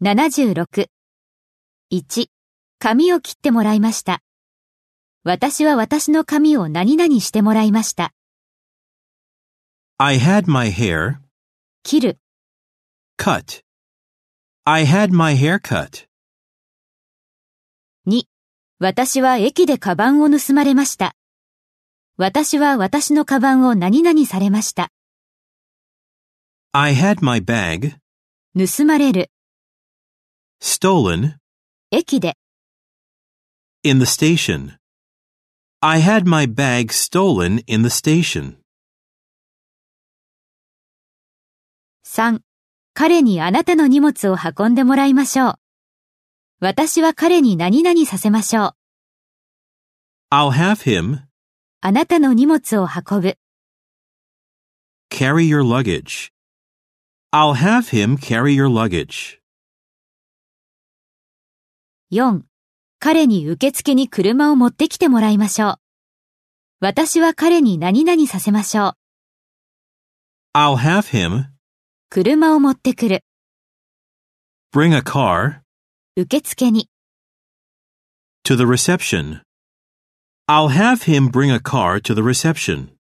76。1. 髪を切ってもらいました。私は私の髪を何々してもらいました。 I had my hair 切る、 cut. I had my hair cut. 2. 私は駅でカバンを盗まれました。私は私のカバンを何々されました。 I had my bag 盗まれる、 stolen 駅で、 in the station. I had my bag stolen in the station. 3. 彼にあなたの荷物を運んでもらいましょう。私は彼に何々させましょう。 I'll have him あなたの荷物を運ぶ、 carry your luggage. I'll have him carry your luggage. 4. 彼に受付に車を持ってきてもらいましょう。私は彼に何々させましょう。 I'll have him 車を持ってくる、 bring a car 受付に、 to the reception. I'll have him bring a car to the reception.